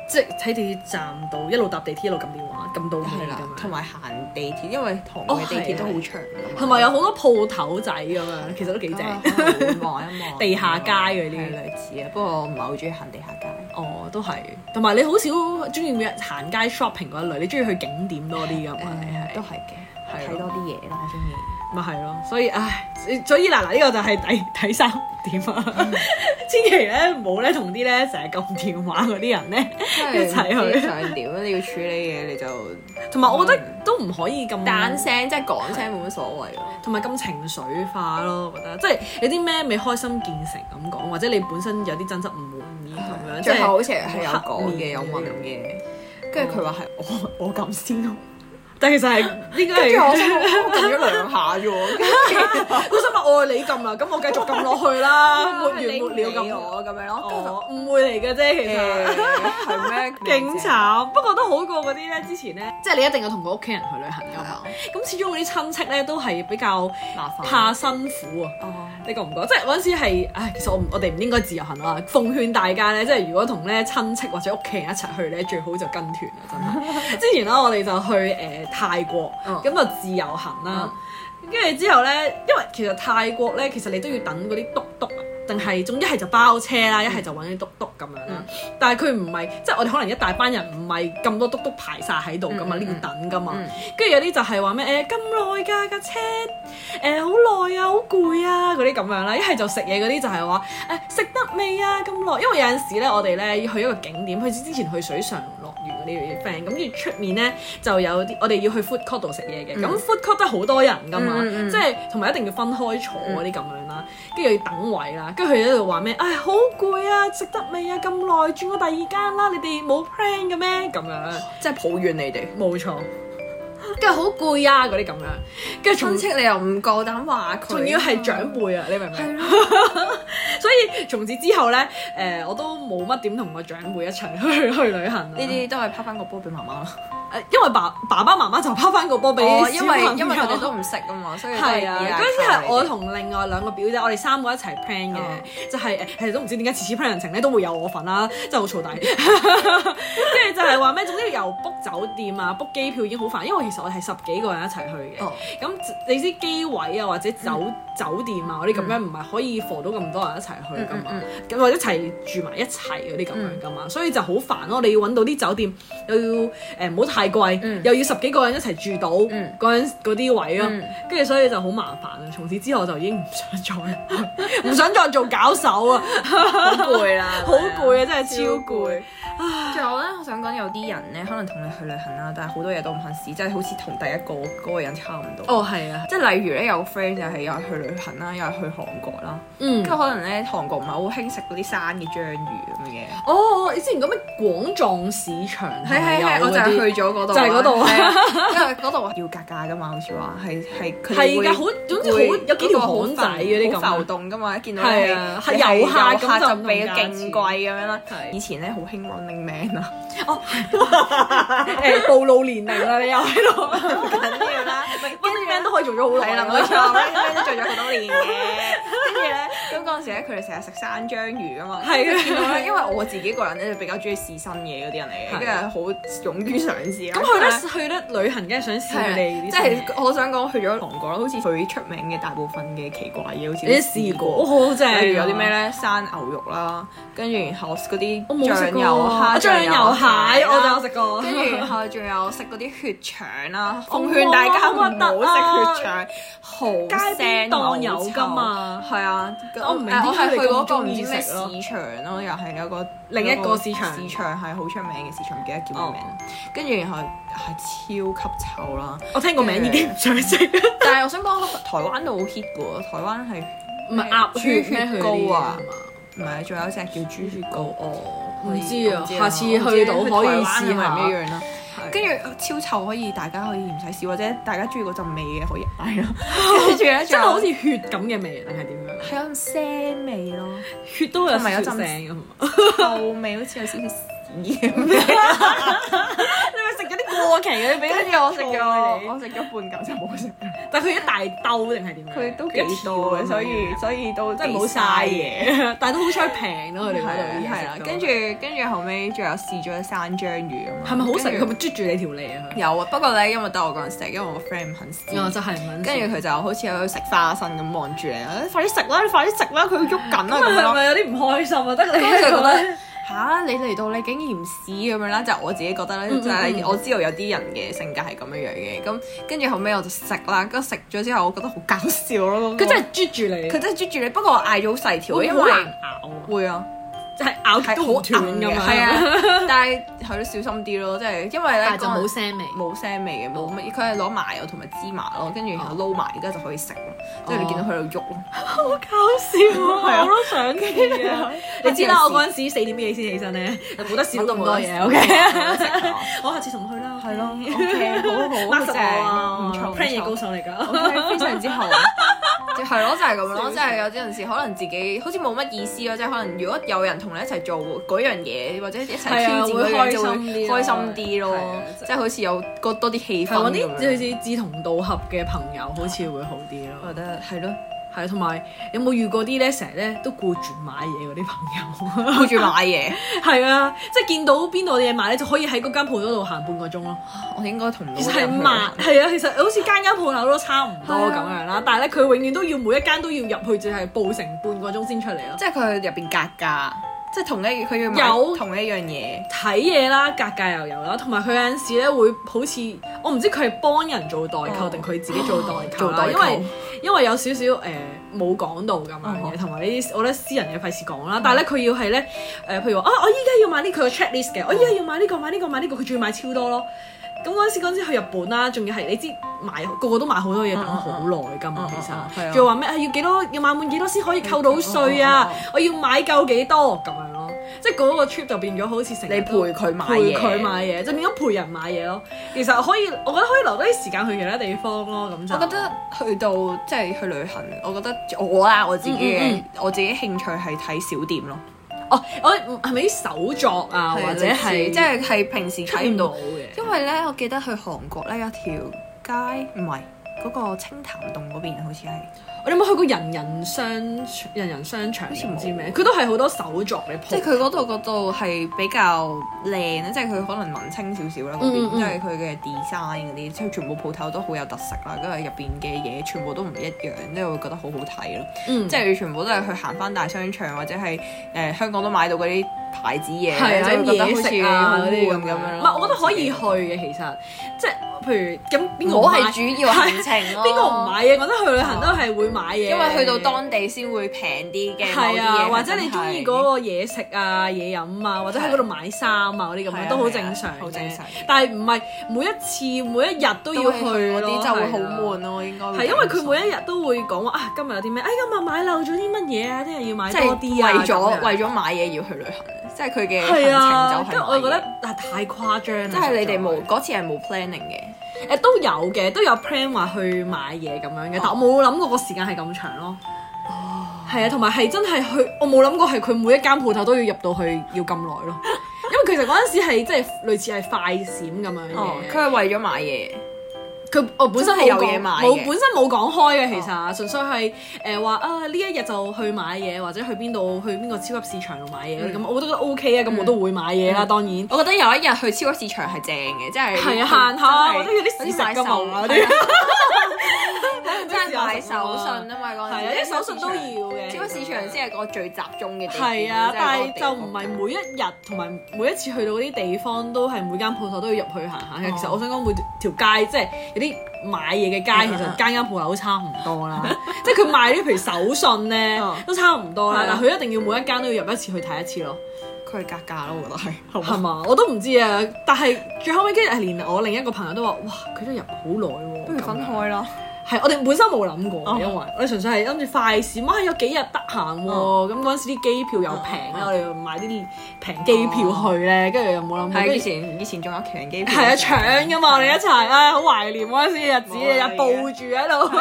即係喺地鐵站度一路搭地鐵一路撳電話，撳到
係
尾
啦
咁，樣。
同埋行地鐵，因為唐
哦
嘅地鐵都好長㗎嘛
同埋有好多鋪頭仔咁樣，其實都幾正。
啊可能會望一 望
地下街嗰啲
係類似啊。不過我唔係好中意行地下街。
哦，都係。同埋你好少中意每日行街 shopping 嗰一類，你中意去景點多啲㗎嘛？你哦係
誒都係嘅，
係咯
睇多啲嘢啦，我中意。
咪係咯，所以唉，所以嗱嗱呢個就係 睇睇三點啊，
嗯
千祈咧唔好咧同啲咧成日撳電話嗰啲人咧 一齊
唔知
去，嗯
想點你要處理嘢你就
同埋我覺
嗯
得都唔可以咁
單聲，即係講聲冇乜所謂咯。
同埋咁情緒化咯，我覺得即係有啲咩未開心見誠咁講，或者你本身有啲爭執唔滿意咁樣，即
最
係
後好似係有講
黑
嘅，
面
有問
嗯
嘅，跟住佢 話係我我撳先咯。
但其實係應該
跟住 我
係
心諗我撳咗兩下啫喎，跟住哦
我心諗我愛你撳啦，咁我繼續撳落去啦， 沒完沒了
你唔理
咁。
我咁樣咯。跟住就
哦，誤會嚟嘅啫，其實。
誒係咩？
勁慘，不過都好過嗰啲咧。之前咧，即係你一定要同個屋企人去旅行㗎
係
嘛
啊。
咁始終嗰啲親戚咧都係比較
麻煩
怕辛苦啊。
哦。
你覺唔覺？即係嗰陣時係，唉，其實我唔我哋唔應該自由行啦。奉勸大家咧，即係如果同咧親戚或者屋企人一齊去咧，最好就跟團啦，真係。之 前啦，我哋就去誒、呃泰國，
嗯
咁、就自由行
哦
啦。跟住之後咧，因為其實泰國咧，其實你都要等嗰啲嘟嘟啊，定係總之一係就包車
嗯
啦，一係就揾啲嘟嘟咁樣啦。但係佢唔係，即係我哋可能一大班人唔係咁多嘟嘟排晒喺度噶嘛，
嗯
呢
嗯
度等噶嘛
嗯。
跟住有啲就係話咩誒咁耐㗎架車誒好耐啊，好攰啊嗰啲咁樣啦。一係就食嘢嗰啲就係話誒食得未啊咁耐，因為有陣時咧我哋咧要去一個景點，去之前去水上樂園嗰
嗯
啲 friend，咁跟住出面咧就有啲我哋要去 food court 度食嘢嘅，咁 food court 都好多人㗎嘛，
嗯嗯嗯嗯
即係同埋一定要分開坐嗰啲咁樣啦，跟住又要等位啦，跟住佢喺度話咩？唉，好攰啊，食得未啊咁耐，轉過第二間啦，你哋冇 plan 嘅咩？咁樣。
即係抱怨你哋。
冇錯，跟住好攰啊嗰啲咁樣，跟住
親
仲
戚你又唔夠膽話佢，啊
仲要係長輩啊，你明唔明？
係咯，
所以從此之後咧，誒、我都冇乜點同個長輩一齊去去旅行啦
呢啲都係拋翻個波俾媽媽啦。
誒因為爸爸爸媽媽就拋翻個波俾
哦，因為
小朋友
因為佢哋都唔識啊嘛，所以都
係啊，
依賴
嗰陣時
靠
係
你
我
哋
同另外兩個表姐，我哋三個一齊 plan 嘅
哦，
就係誒係都唔知點解次次 plan 行程咧都會有我份啦，真係好 燥底。跟住就係話咩？總之由 book 酒店啊，book 機票已經好煩，因為其實我哋係十幾個人一齊去嘅
哦。嗯
咁你知機位啊，或者酒酒店啊嗰啲咁樣，唔係可以 f 到咁多人一齊去噶嘛
嗯嗯，嗯
咁或者一齊住埋一齊嗰啲咁樣噶嘛，所以就好煩咯。你要揾到啲酒店，又要誒唔好太貴
嗯，
又要十幾個人一齊住到
嗯
嗰陣嗰啲位啊咯
嗯，
跟住所以就好麻煩啊。從此之後我就已經唔想再去唔想再做搞手 啊，
好攰啦，
好攰啊，真係超攰。。
仲有咧，我想講有啲人咧，可能同你去旅行啦，但係好多嘢都唔肯試，即係好似同第一個嗰個人差唔多。
哦，係啊，
即係例如咧，有個 friend 就係又係去旅行啦，又係去韓國啦，
嗯
跟。住可能咧韓國唔係好興食嗰啲生嘅章魚咁嘅嘢。
哦，你之前講咩廣藏市場
係係係，
有
我就
嗰啲
係去咗嗰度
就
啊，
係嗰度啊
係 啊，因為嗰度要格價噶嘛，好似話係係佢哋
係
會
㗎，好總之好
會
有幾條巷仔嗰啲
好浮
咁。
動噶嘛，一見到你
係啊
你
係遊客
係遊
咁就唔
就俾咗
同價
勁貴咁樣啦
係。
以前咧好興 Running Man 啊，
誒暴露年 齡啦，你又喺度
唔緊要 啦，
温啲 friend 都可以做咗好
係
耐
啦，冇錯，Running Man 都做咗好多年嘅。跟住咧，咁嗰陣時咧，佢哋成日食生章魚噶嘛，
係啊
跟住見到咧因為我自己個人咧就比較中意試新嘢嗰啲人嚟嘅，跟住好勇於嘗試啊啦。
咁去得去得旅行，梗係啊想試佢哋
係啊
啲
即
新
係
嘢
我想講去咗韓國啦，好似佢出名嘅大部分嘅奇怪嘢，好似
你都
都
試過，哇好正啊。
例如有啲咩咧，生牛肉啦，跟住然後嗰啲
我冇食
醬
過
油
啊
蝦、
醬油蟹，啊我就有
食。
食過。
跟住然後仲有食嗰啲血腸啦，
哦
奉勸大家唔好食血
好核突
腸，好
街邊
腥
檔
好
有
臭
㗎嘛
係啊，
我唔明
誒
點
我
解
係
佢哋
去嗰
咁
個
鍾
唔
意
知咩
食咯
市場咯，又係有個
另一個市場
市場哦係好出名嘅市場，唔記得叫咩名。跟住然後係超級臭啦，
我聽個名已經唔想食， 唔
但係我想講台灣都好 hit 嘅喎，台灣係
係鴨
豬
血
血
咩佢
糕
啲
啊
係嘛
唔係，仲有一隻叫豬血糕。
哦，
可
唔
以
知啊
我，啊
下次去到可以
台灣係
試
咪
下
咩樣啦。跟住超臭可以大家可以唔使試，或者大家中意嗰陣味嘅可以嗌咯。跟住咧
真
仲
係好
有
似血咁嘅味啊定係點樣？
係有腥味咯，
血都有
同埋有
血
陣
腥啊嘅嘛？
臭味好似有少少屎咁。 你咪食咗啲過期嘅，
俾
跟住我食
過你
咗我食咗半嚿就冇食。
但係佢一大兜定係點樣？
佢都幾
一條
多
咁
嘅，
樣
所以所以都
啊真係冇
幾
嘥。嘢。 但係都好彩平咯，佢哋
係
嗰
啦
度嘢
係啦啊
食，到
跟住跟住後尾仲有試咗生章魚咁樣，
係咪好食？啊
跟
佢
住
咪啜住你條脷啊！
有啊，不過咧因為得我個人食，因為我個 friend 哦唔肯
佢我
試。
就係唔肯食
跟住佢就好似喺度食花生咁望住你，啊快啲食啦！你快啲食啦！佢喐緊啦
咁
咁
咪係
啊樣。
咪有啲唔開心啊？得你
跟住
一
就
個
覺得哦
咧
吓，你嚟到你竟然唔試咁樣啦，就我自己覺得咧，
嗯嗯
就係
嗯
我知道有啲人嘅性格係咁樣樣嘅。咁跟住後尾我就食啦，跟住食咗之後，我覺得好搞笑咯。嗰個
佢真係啜住你，
佢真係啜住你，不過我嗌咗好細條，
會
因
唔會
為
好難咬啊！
會啊。
就係咬
係
都
好
好斷
硬
㗎
嘅，
嘛，
係 啊，但係係咯，小心啲咯，即係因為咧，
但係就冇腥味。
冇腥味嘅，冇乜，
哦
佢係攞麻油同埋芝麻咯，跟住然後撈埋，而家就可以食咯，即係你見到佢喺度喐
哦
咯，
好搞笑
係啊
啊！我都想試啊！ 你知啦，我嗰陣時四點幾先起身 咧，就冇得試到咁多嘢。OK，我啊下次同佢 啦。
係咯，OK，好好，
，mark 實
正，
我啊
唔錯唔
plan 嘢高
錯
手嚟 㗎。
，OK，非常之好。就係咯，就係咁樣咯，即係有啲陣時可能自己好似冇乜意思咯，即係可能如果有人同你一齊做嗰樣嘢，或者一齊
係啊
挑戰嗰樣嘢，
會
就會
開心啲咯
開心啲咯
係啊，
即係好似有個多啲氣氛
係揾
咁
啲
樣
類似志同道合嘅朋友，好似會好啲咯。
覺得係咯，
係啊，同埋有冇遇過啲咧，成日咧都顧住買嘢嗰啲朋友？
顧住買嘢，
係啊，即係見到邊度有嘢買咧，就可以喺嗰間鋪嗰度行半個鐘咯。
我應該同老
其實係
人去
慢，係啊，其實好似間間鋪頭都差唔多咁樣啦，但係咧佢永遠都要每一間都要入去，就係報成半個鐘先出嚟咯。
即係佢入邊格價，即係同一佢要
有
買同一樣嘢，
睇嘢啦，格價又有啦，同埋佢有陣時咧會好似我唔知佢係幫人做代購
哦
定佢自己做代購
做
啦，
代
因
購
為因為有少少誒冇講到咁樣
哦
嘅，同埋呢啲我覺得私人嘅費事講啦。
嗯
但係咧佢要係咧誒，譬如話啊，我依家要買呢佢個 checklist
嗯
嘅，哦我依家要買呢個買呢個買呢個，佢仲要買超多咯。咁嗰陣時嗰陣時去日本啦，仲要係你知買個個都買好多嘢，等好耐㗎嘛，
嗯嗯嗯
其
嗯
實
係啊
仲要話咩啊要幾多要買滿幾多先可以扣到税啊
嗯嗯嗯嗯？
我要買夠幾多咁樣咯，即係嗰個 trip 就變咗好似成日
你陪
都
佢買
陪
嘢，
佢買嘢，就變咗陪人買嘢咯。其實可以，我覺得可以留多啲時間去其他地方咯。咁就
我覺得去到即係去旅行，我覺得我啦我自己嘅、
嗯嗯
我自己興趣係睇小店咯，
哦，我係咪啲手作啊，或者
類似
係
即係係平時睇唔到，
嘅？
因為咧我記得去韓國咧有一條街唔係嗰個清潭洞嗰邊好似係。
我有冇去過人人商人人商場？好
似
似
冇
唔知咩，佢都係好多手作嘅
即係
鋪。
佢嗰度嗰度係比較靚咧，即係佢可能文青少少啦，嗰邊
嗯嗯嗯
即係佢嘅 design 嗰啲，即係全部鋪頭都好有特色啦，跟住入邊嘅嘢全部都唔一樣，即係會覺得好好睇咯。
嗯，
即係全部都係去行翻大商場或者係誒、呃香港都買到嗰啲牌子嘢，
係
即係覺得好
嘢食啊
似好
嗰啲
悶
咁
咁樣
樣。
咯。
唔係，我覺得可以去嘅其實，即係譬如咁邊個
我
買
係主要行程 咯，
邊個唔買嘢？我覺得去旅行都係會買嘢，
因為去到當地先會平啲嘅某啲
係啊，
嘢，
或者你中意嗰個嘢食啊、嘢飲啊，或者喺嗰度買衫啊嗰啲咁
係啊
樣都好正常
係啊好正常
嘅。但係唔係每一次每一日都
都
要
要
去
去嗰
咯
啲就會好
係啊
悶咯，應該會
係因為
感
佢
受
每一日都會講話啊，今日有啲咩？哎，今日買漏咗啲乜嘢啊？聽日要買
即
多
係
啲啊！
為
咁
咗
樣
為咗買嘢要去旅行，即係佢嘅行
係啊，
程
跟
就係
住我覺得啊太誇張啦。
即係你哋
實
冇嗰次係冇 planning 嘅，
在誒都有嘅，都有 plan 話去買嘢咁
哦
樣嘅，但我冇諗過個時間係咁長咯。係啊，同埋係真係去，我冇諗過係佢每一間鋪頭都要入到去要咁耐 咯。因為其實嗰陣時係即係類似係快閃咁樣
哦，
嘅
佢，係為咗買嘢，
佢我本身
真係有
冇講
嘢買嘅哦
冇本身冇講開嘅，其實、純粹係誒話啊呢一日就去買嘢，或者去邊度去邊個超級市場度買嘢
嗯
咁，我都覺得 O K 啊，咁我都會買嘢啦，當然。
我覺得有一日去超級市場係正嘅，即係
係啊，行下或者有啲
真
試
係
食嘅夢啊嗰
有啲買手
啲，
即係買手信啊嘛，嗰陣時
係啊，啲手信都要。嘅。
超級市場先係個最集中嘅地方，
係啊，
即
但
係嗰個
係
地
就
方
唔係每一日同埋每一次去到嗰啲地方都係每間鋪頭都要入去行下嘅。其實我想講每條街哦即係啊有啲買嘢嘅街，其實間間鋪頭都差唔多 啦。即係佢賣啲譬如手信咧
嗯
都差唔多啦
係，啊
但哦係佢一定要每一間都要入一次去睇一次咯，
佢係格價咯，我覺得係。
係嘛？我都唔知啊。但係最後尾跟住係連我另一個朋友都話：哇，佢都入好耐喎。
不如分
咁樣
開啦，
係我哋本身冇諗過
哦
嘅，因為我哋純粹係諗住快閃，哇有幾日得閒喎，咁嗰陣時啲機票又平
哦
咧，我哋又買啲平機票去咧，跟住又冇諗過。
係
跟
以
住
前以前仲有強機票，
係啊，搶噶嘛！我哋一齊啊，好懷念嗰陣時嘅日子，
冇啊啊
日日抱住喺度，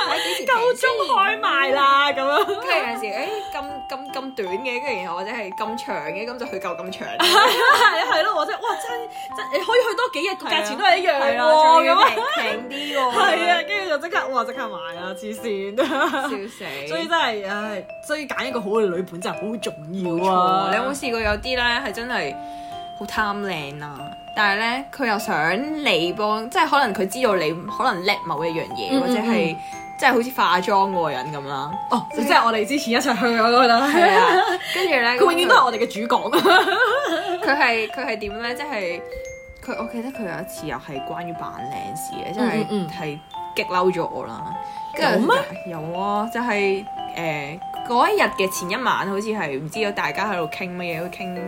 睇幾時
夠鐘開賣啦咁樣。
跟住有陣時，誒咁咁咁短嘅，跟住然後或者係咁長嘅，咁就去夠咁長。
係係咯，我真係哇真真，你可以去多幾日，個價錢 都係一樣喎
係啦，仲
咁
要
啊。
平平啲 喎。
係啊，，跟住就即刻哇即刻買啦，黐
笑
線。
死。
所以真係唉，所以揀一個好嘅女伴真係好重
冇
要啊！
錯，你有冇試過有啲咧係真係好貪靚啊？但係咧佢又想你幫，即係可能佢知道你可能叻某一樣嘢，
嗯嗯
或者係即係好似化妝嗰個人 咁啦。
哦，即係我哋之前一齊去嗰個啦。
係啊，跟住咧
佢永遠都係我哋嘅主角。
佢係佢係點咧？即係佢，我記得佢有一次又係關於扮靚事嘅，即
嗯嗯嗯
係係激嬲咗我啦。跟住
有咩
有啊，就係誒嗰一日嘅前一晚，好似係唔知有大家喺度傾乜嘢，傾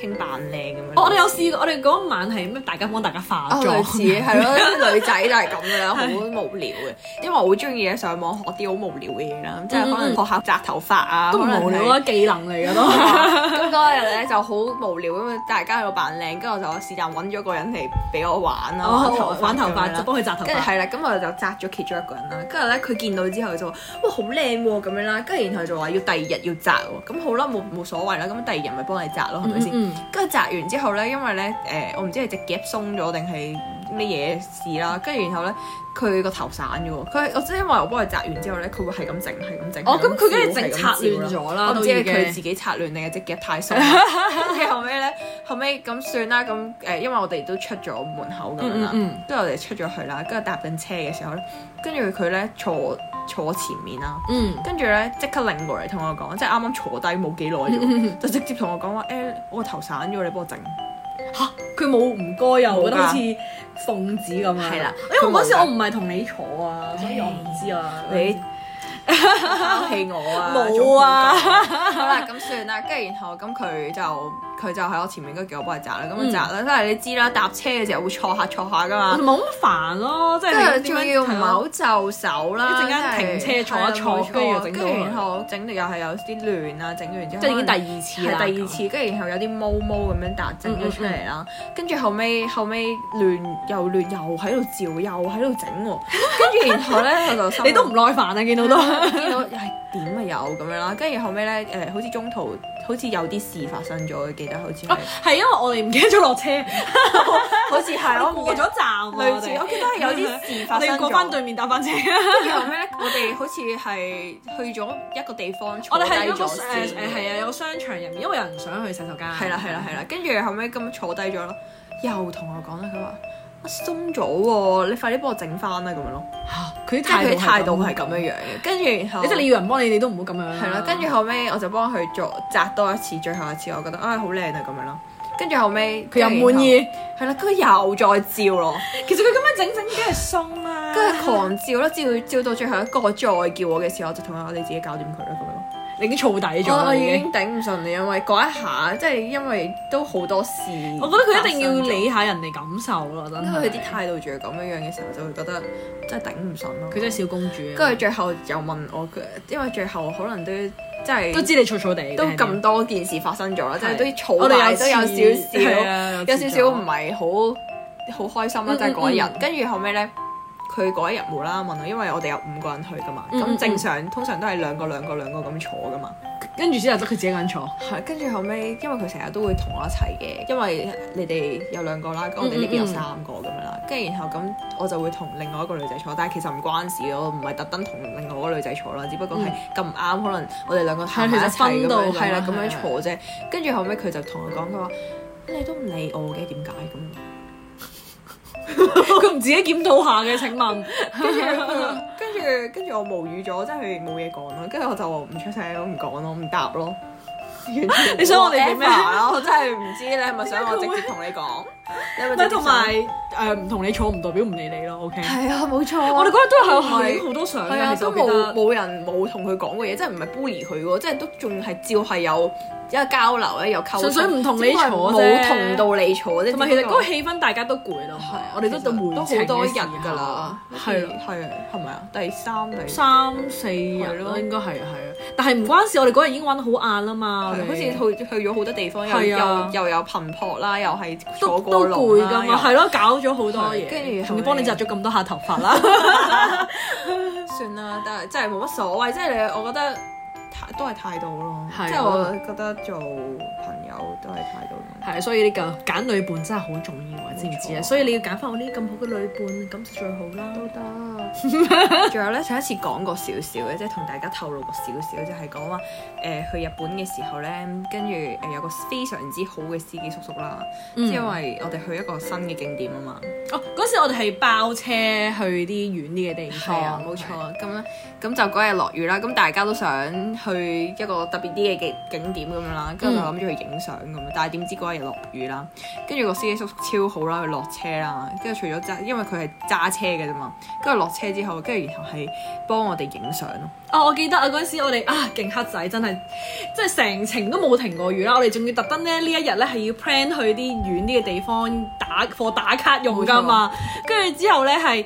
傾扮靚咁樣。
哦我我哋有試過，我哋嗰晚係咩？大家幫大家化
啊，類似
妝。
係 咯，啲女仔就係咁嘅啦，好無聊嘅。因為我好中意咧上網學啲好無聊嘅嘢啦，即係可能學下紮頭髮啊，
嗯都唔
可能
無聊
係
啊，技能嚟嘅都。
咁嗰日咧就好無聊咁樣，大家喺度扮靚，跟住我就是但揾咗個人嚟俾我玩啦，
哦，玩頭
頭
髮
髮咁樣
就
啦。
幫佢紮頭
跟住
髮。
係啦，咁我就紮咗其中一個人啦。跟住咧，佢見到之後就話：哇，好靚喎咁樣啦。跟住然後就話要第二日要紮喎。咁好啦，冇冇所謂啦。咁第二日咪幫你紮咯，係咪先？
嗯
跟住紮完之後咧，因為咧誒、我唔知係隻夾鬆咗定係咩嘢事啦。跟住然後咧，佢個頭散咗喎。佢我即係因為我幫佢紮完之後咧，佢會係咁整，係咁整。
哦，咁
係
佢
照
跟住整
係咁
拆亂
照啦
咗啦，
我唔知係
都已經
佢自己拆亂定係隻夾太鬆。 跟住後尾咧，後尾咁算啦，咁誒，因為我哋都出咗門口咁樣啦
嗯嗯嗯，
跟住我哋出咗去啦，跟住搭緊車嘅時候咧，跟住佢咧坐坐前面啦。
嗯。
跟住咧，即刻擰過嚟同我講，即係啱啱坐低冇幾耐 啫喎，就直接同我講話誒，我個頭散咗，你幫我 整。
嚇！佢冇唔該又我覺得好似奉旨咁樣。
係啦
因為我嗰時我唔係同你坐啊，所以我唔知啊。
你拋棄我啊！
冇啊
仲好講！好啦，咁算啦，跟住然後咁佢就佢就喺我前面，跟住叫我幫佢摘啦，咁就摘啦。但係你知啦，搭車嘅時候會錯下錯下噶 嘛
同。埋好煩咯，即係
跟
你
住
點樣啊
仲要唔
係
係
咯
好就手啦，
一陣間
即係
停車坐一坐
係啦冇錯
跟住就整到
跟住
佢
然後整到又係有啲亂啦，整完之後
即係已經
可能
第二次嗯啦。
係第二次，跟住然後有啲毛毛咁樣搭整咗出嚟啦，跟住後尾後尾亂又亂又喺度照又喺度整 喎，跟住然後咧我就
咁，
心諗
你都唔耐煩啊！見到都係
見到係點啊有咁樣啦，跟住後尾咧誒好似中途好似有啲事發生咗，記得好似係
因為我哋唔記得咗落車，
好似係我唔
過
記得
咗站啊。
類似，我
我
記得係有啲事發
哋
生
要
咗。
過翻對面搭 翻車。
跟住後尾咧，我哋好似係去咗一個地方坐
我
低
哋係嗰個
咗
誒誒
先，
係啊，有個商場入面，因為有人想去洗手間。
係啦係啦係啦，跟住後尾咁坐低咗咯，又同我講啦，佢話我鬆咗喎，你快啲幫我整翻啦咁樣咯，
嚇！佢
即係佢
態
態度
度
係咁嗯樣樣嘅，跟住然後
你即係你要人幫你，你都唔好咁樣啦。
係啦，跟住後尾我就幫佢做紮多一次，最後一次我覺得啊好靚啊咁樣咯，跟住後尾
佢又唔滿，意，
係啦，佢又再照咯。
其實佢咁樣整整梗係鬆啦。
跟住狂照啦，照照到最後一個再叫我嘅時候，我就同佢話我哋自己搞掂佢啦咁樣。
你已經燥底咗
我
啦，
我
已
已
經。
經頂唔順啦，因為嗰一下即係因為都好多事，
我覺得佢一定要理，下人哋感受咯，真
因為
係。
佢啲態度仲係咁樣樣嘅時候，就會覺得真係頂唔順咯。
佢真係小公主啊。
跟住最後又問我佢，因為最後可能都即係
都知你燥燥地，
都咁多件事發生咗啦，即係
係
都
我
嘈
哋
埋
有
都有
次
少少
係。啊
有少少唔係好好開心啦，
嗯
即係嗰一日
嗯嗯。
跟住後尾咧，佢嗰一日無啦啦問我，因為我哋有五個人去噶嘛，
嗯嗯
咁正常通常都係兩個兩個兩個咁坐噶嘛。
跟住之後得佢自己一個人坐，
係，跟住後尾，因為佢成日都會同我一齊嘅，因為你哋有兩個啦，咁我
嗯
哋呢邊有三個咁樣啦。跟住然後咁，我就會同另外一個女仔坐，但係其實唔關事嘅，我唔係特登同另外一個女仔坐啦，只不過係咁啱，可能我哋兩個行埋
嗯
一齊咁
係其實分到
樣，
㗎
係啦
嘛
咁樣
係啊
坐啫。跟住後尾，佢就同我講，佢話：你都唔理我嘅，點解咁？
佢唔自己檢討下嘅。請 問，
跟住跟住跟住我無語咗，真係冇嘢講咯。跟住我就話唔出聲咯，唔講咯，唔答咯。完全
你想我哋點咩啊
whatever 咯我真係唔知你係咪想我直接同 你講？你係咪直接想
同埋誒唔同你坐唔代表唔理你咯，OK？
係啊，冇錯啊。
我哋嗰日都係
係
影好多相
係啊，
嘅，其實
都
我記
冇
得。
冇人冇同佢講過嘢，即係唔係 bully 佢喎，即係都仲係照係有一個交流咧，又溝
純粹
通
唔同你
只不過係
坐啫
冇同到你坐啫。
同埋其實
只
嗰
不過
個氣氛大家都攰啦
係啊，
我哋都
其實
到悶
都好
情
多
嘅
人
時候
㗎啦，
係啊。
係啊，係咪啊？第三第三，
三四日
係
咯，
咯
應該係係啊，但係唔關事，我哋嗰日已經玩得好晏啦嘛，
好
我哋
似去去咗好多地方，又
係
又
啊
又有頻撲啦，又係
都
坐過
都
龍
攰
啦
㗎嘛，
又
係咯，搞咗好多
係
嘢，
跟住
仲
後尾
要幫你紮咗咁多下頭髮啦，
算啦，但係真係冇乜所謂，即係你，我覺得態都係態度咯，
係啊
即係我覺得做朋友都係態度咯。
係，所以呢個揀女伴真係好重要啊，知唔知
冇
啊？
錯
所以你要揀翻我呢啲咁好嘅女伴，咁就最好啦。
都得。仲有咧，上一次講過少少嘅，即係同大家透露過少少，就係講話誒去日本嘅時候咧，跟住呃誒有個非常之好嘅司機叔叔啦，
嗯
因為我哋去一個新嘅景點啊嘛。
哦，嗰時我哋係包車去啲遠啲嘅地
係
方，
啊，冇錯。咁咧，咁就嗰日落雨啦，咁大家都想去一個特別啲嘅景景點咁樣啦，跟
嗯
住就諗住去影相咁樣，但係點知嗰日落雨啦，跟住個司機叔叔超好啦，佢落車啦，跟住除咗揸，因為佢係揸車嘅啫嘛，跟住落車之後，跟住然後係幫我哋影相咯，
哦，我記得啊，嗰陣時我哋啊勁黑仔，真係即係成程都冇停過雨啦。我哋仲要特登咧呢一日咧係要 plan 去啲遠啲嘅地方打貨打卡用㗎嘛。跟住之後咧係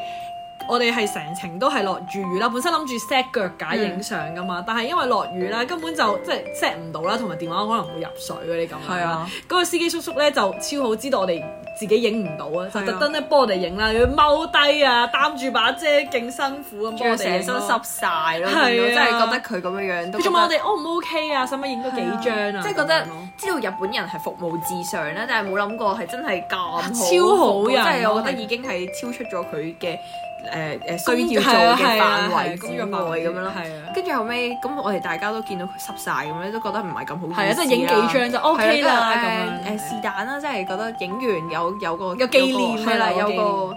我哋係成程都係落住雨啦。本身諗住 set 腳架影相㗎
嗯
嘛，但係因為落雨啦，根本就即係 set 唔到啦，同埋電話可能會入水嗰啲咁樣。
係啊，
嗰個司機叔叔咧就超好，知道我哋自己影唔到啊，就
係啊
特登咧幫我哋影啦，要踎低啊，擔住把遮，勁辛苦啊咁幫我哋影咯
晒咯
係啊
見到真係覺得佢咁樣樣都
佢
覺
仲
得
問我哋 O 唔 OK 啊，使唔使影多幾張啊？
即係覺得知道日本人係服務至上啦，但係冇諗過係真係咁好，
超好人啊
即係我覺
係
得已經係超出咗佢嘅誒誒需要做
啊
嘅範圍之外咁樣咯。
係啊。
跟住後尾，咁我哋大家都見到佢濕晒咁樣，都覺得唔係咁好意思啦。
係啊即係影幾張就 OK 啦
係啊
咁樣
誒誒是但啦，即係覺得影完有有個
有紀念啊
係啦，有
有
個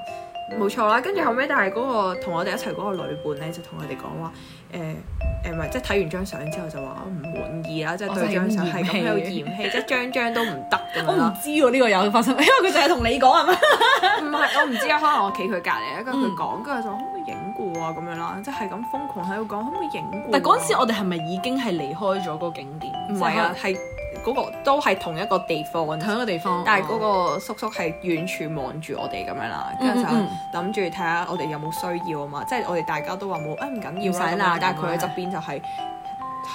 冇錯啦。跟住後尾，但係嗰個同我哋一齊嗰個女伴咧，就同我哋講話誒。誒唔係，即係睇完張相之後就話哦我唔滿意啦，即係
我
對
真係
張相係咁喺度
嫌
嫌棄，即係張張都唔得咁
我
樣
唔
啦。
知喎，呢個有發生，因為佢就係同你講係咪？
唔係， 我唔知啊，可能我企佢隔離，跟住佢講，跟住就可唔可以影過啊咁樣啦，即係咁瘋狂喺度講可唔可以影過啊。
但嗰陣時我哋係咪已經係離開咗個景點？
唔係啊，，係嗰個都係同一個地方，
同一個地方。
但係嗰個叔叔係遠處望住我哋咁樣啦，跟住就
嗯嗯
諗住睇下我哋有冇需要啊嘛，即係我哋大家都話冇，啊唔緊要
唔
啦
使
咁
啦
樣，但係佢喺
咁樣
側邊就係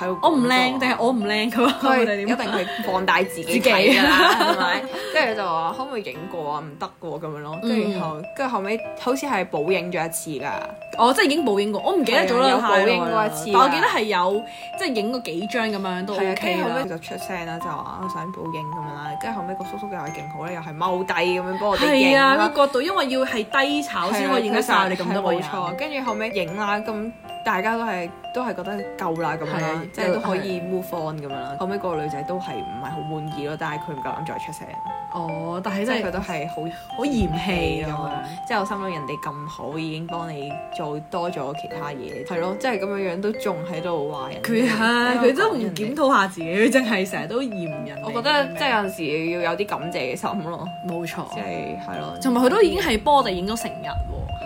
喺度講
我唔
咗
靚定係我唔靚佢話我
佢
哋
一
點
定係放大自己
自己
睇㗎啦，係 咪？跟住就話可唔可以影過啊？唔得嘅喎咁樣咯，跟住
嗯
然後跟住後尾好似係補影咗一次㗎，
哦，即係已經冇影過，我唔記得咗啦，
係啊有
太耐啦
報應過一次啊
但我記得係有，即係影過幾張咁樣都
係啊，跟
OK
住後尾佢
啦。
就出聲啦，就話我想補影咁樣啦，跟住後尾個叔叔又係勁好咧，又係踎低咁樣幫我哋
係
影
啊，
啦
個角度因為要係低炒先可以影得晒你咁多個
冇
人。
錯，跟住後尾影啦，咁大家都係都係覺得夠啦咁樣
係
啦
啊，
即係都可以 move on 咁樣啦。後尾個女仔都係唔係好滿意咯，但係佢唔夠膽再出聲，
哦，但係
即
真
係
係
佢都係好
好嫌棄
咁
咁樣
樣。。即係我心諗人哋咁好，已經幫你做多咗其他嘢，係咯，即係咁樣樣都仲喺度話人哋。
佢係佢都唔
人哋
檢。討下自己，佢淨係成日都嫌人哋。
我覺得即係有陣時要有啲感謝嘅心咯，
冇錯，
即係係咯。
同埋佢都已經係幫我哋影咗成日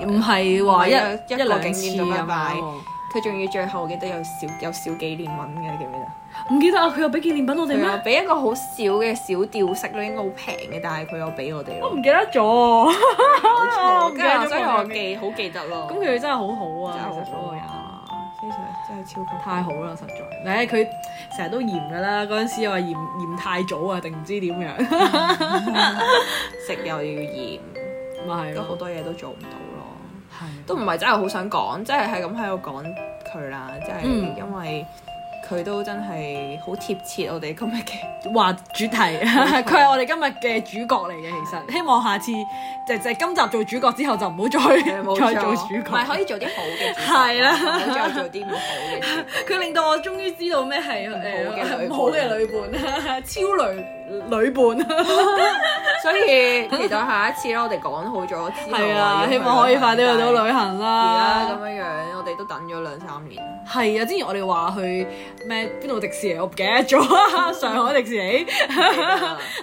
喎，唔係話一
唔係一
一
一個
兩次
景點就
咁
拜
樣
拜
喎。
佢仲要最後記得有少有少紀念品嘅，你記唔記得？
唔記得啊，佢有俾紀念品我哋
佢有
咩？
俾一個好少嘅小吊飾咯，應該好平嘅，但係佢有俾我哋
我唔
咯。
記得咗。唔
冇錯，
記得咗
跟住所以
佢
我
有
記好記得咯。
咁佢真係好好
真係
啊，其
好
實嗰
好
個人。
啊，非常真係超級
太好啦，實在。誒，佢成日都嫌噶啦，嗰陣時又話嫌嫌太早啊，定唔知點 樣，
食又要鹽，
咪係
都好
咯，
多嘢都做唔到咯。
係啊
都唔係真係好想講，即係係咁喺度講佢啦，即係
嗯
因為佢都真係好貼切我哋今日嘅。
話主題，佢係我哋今日嘅主角嚟嘅。其實希望下次就就今集做主角之後，就唔好 再再做主
唔係可
角。
以做啲好嘅主角，
係啦
唔好再做啲唔好嘅主角。
佢令到我終於知道咩係誒
唔
唔
好
好
嘅
嘅女伴， 超女女伴。
所以期待下一次啦，我哋講好咗之後，
係啊，希望可以快啲去到啊旅行
而
啦
家咁。樣樣，我哋都等咗兩三年。
係啊，之前我哋話去咩邊度迪士尼，我唔記得咗啊， 上海迪士尼。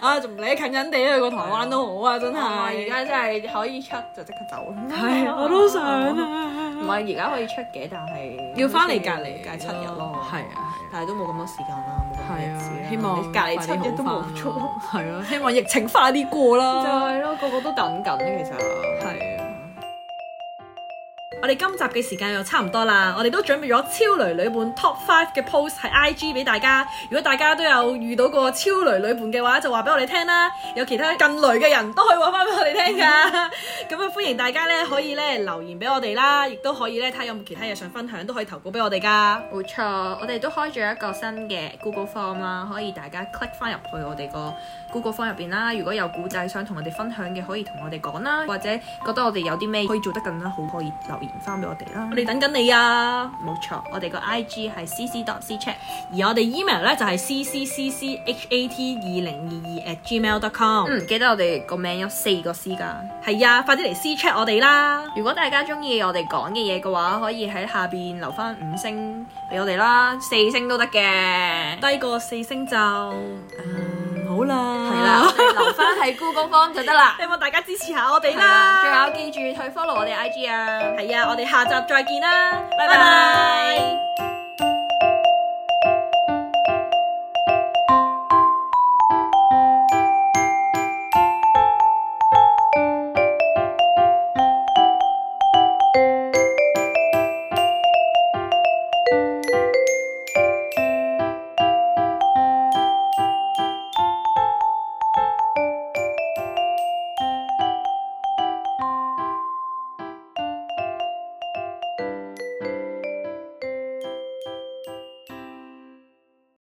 啊，仲唔理近近地去過台灣都好啊，真係。
係而家真係可以出就即刻走。
係啊，我都想啊。
而唔係而家可以出嘅，但係
要翻嚟隔離
隔七日咯，
係啊係啊。
但係都冇咁多時間啦，冇咁多
係
日子
啊
啦，
希望
你隔離七日都冇
快啲
錯，
好返，係啊，希望疫情快啲過
就
啦。
係咯，個個都等緊嘅其實。
係啊，我哋今集嘅時間又差唔多啦，我哋都準備咗超女女伴 Top Five 嘅 post 喺 IG 俾大家。如果大家都有遇到過超女女伴嘅話，就話俾我哋聽啦。有其他更雷嘅人都可以話翻俾我哋聽㗎。
嗯
咁啊，歡迎大家咧可以咧留言俾我哋啦，亦都可以咧睇下有冇其他嘢想分享，都可以投稿俾我哋㗎。
冇錯，我哋都開咗一個新嘅 Google Form 啦，可以大家 click 翻入去我哋個 Google Form 入邊啦。如果有故仔想同我哋分享嘅，可以同我哋講啦，或者覺得我哋有啲咩可以做得更加好，可以留言翻俾我哋啦
我。哋等緊你啊！
冇錯，我哋個 IG 係 cc dot c check。
而我哋 email 咧就係 c c c c h a t 二零二二 at gmail dot com。
嗯，記得我哋個名有四個 C 㗎。
係啊，快啲嚟 C check 我哋啦！
如果大家中意我哋講嘅嘢嘅話，可以喺下邊留翻五星俾我哋啦，四星都得嘅。
低過四星就嗯好啦，
係啦，我，哋留翻喺 Google Form 就得啦。
希望大家支持下我哋
係啦，
啦。
仲有記住去 follow 我哋 IG 啊。
仲有係啊，我哋下集再見啦，
拜
拜拜
拜。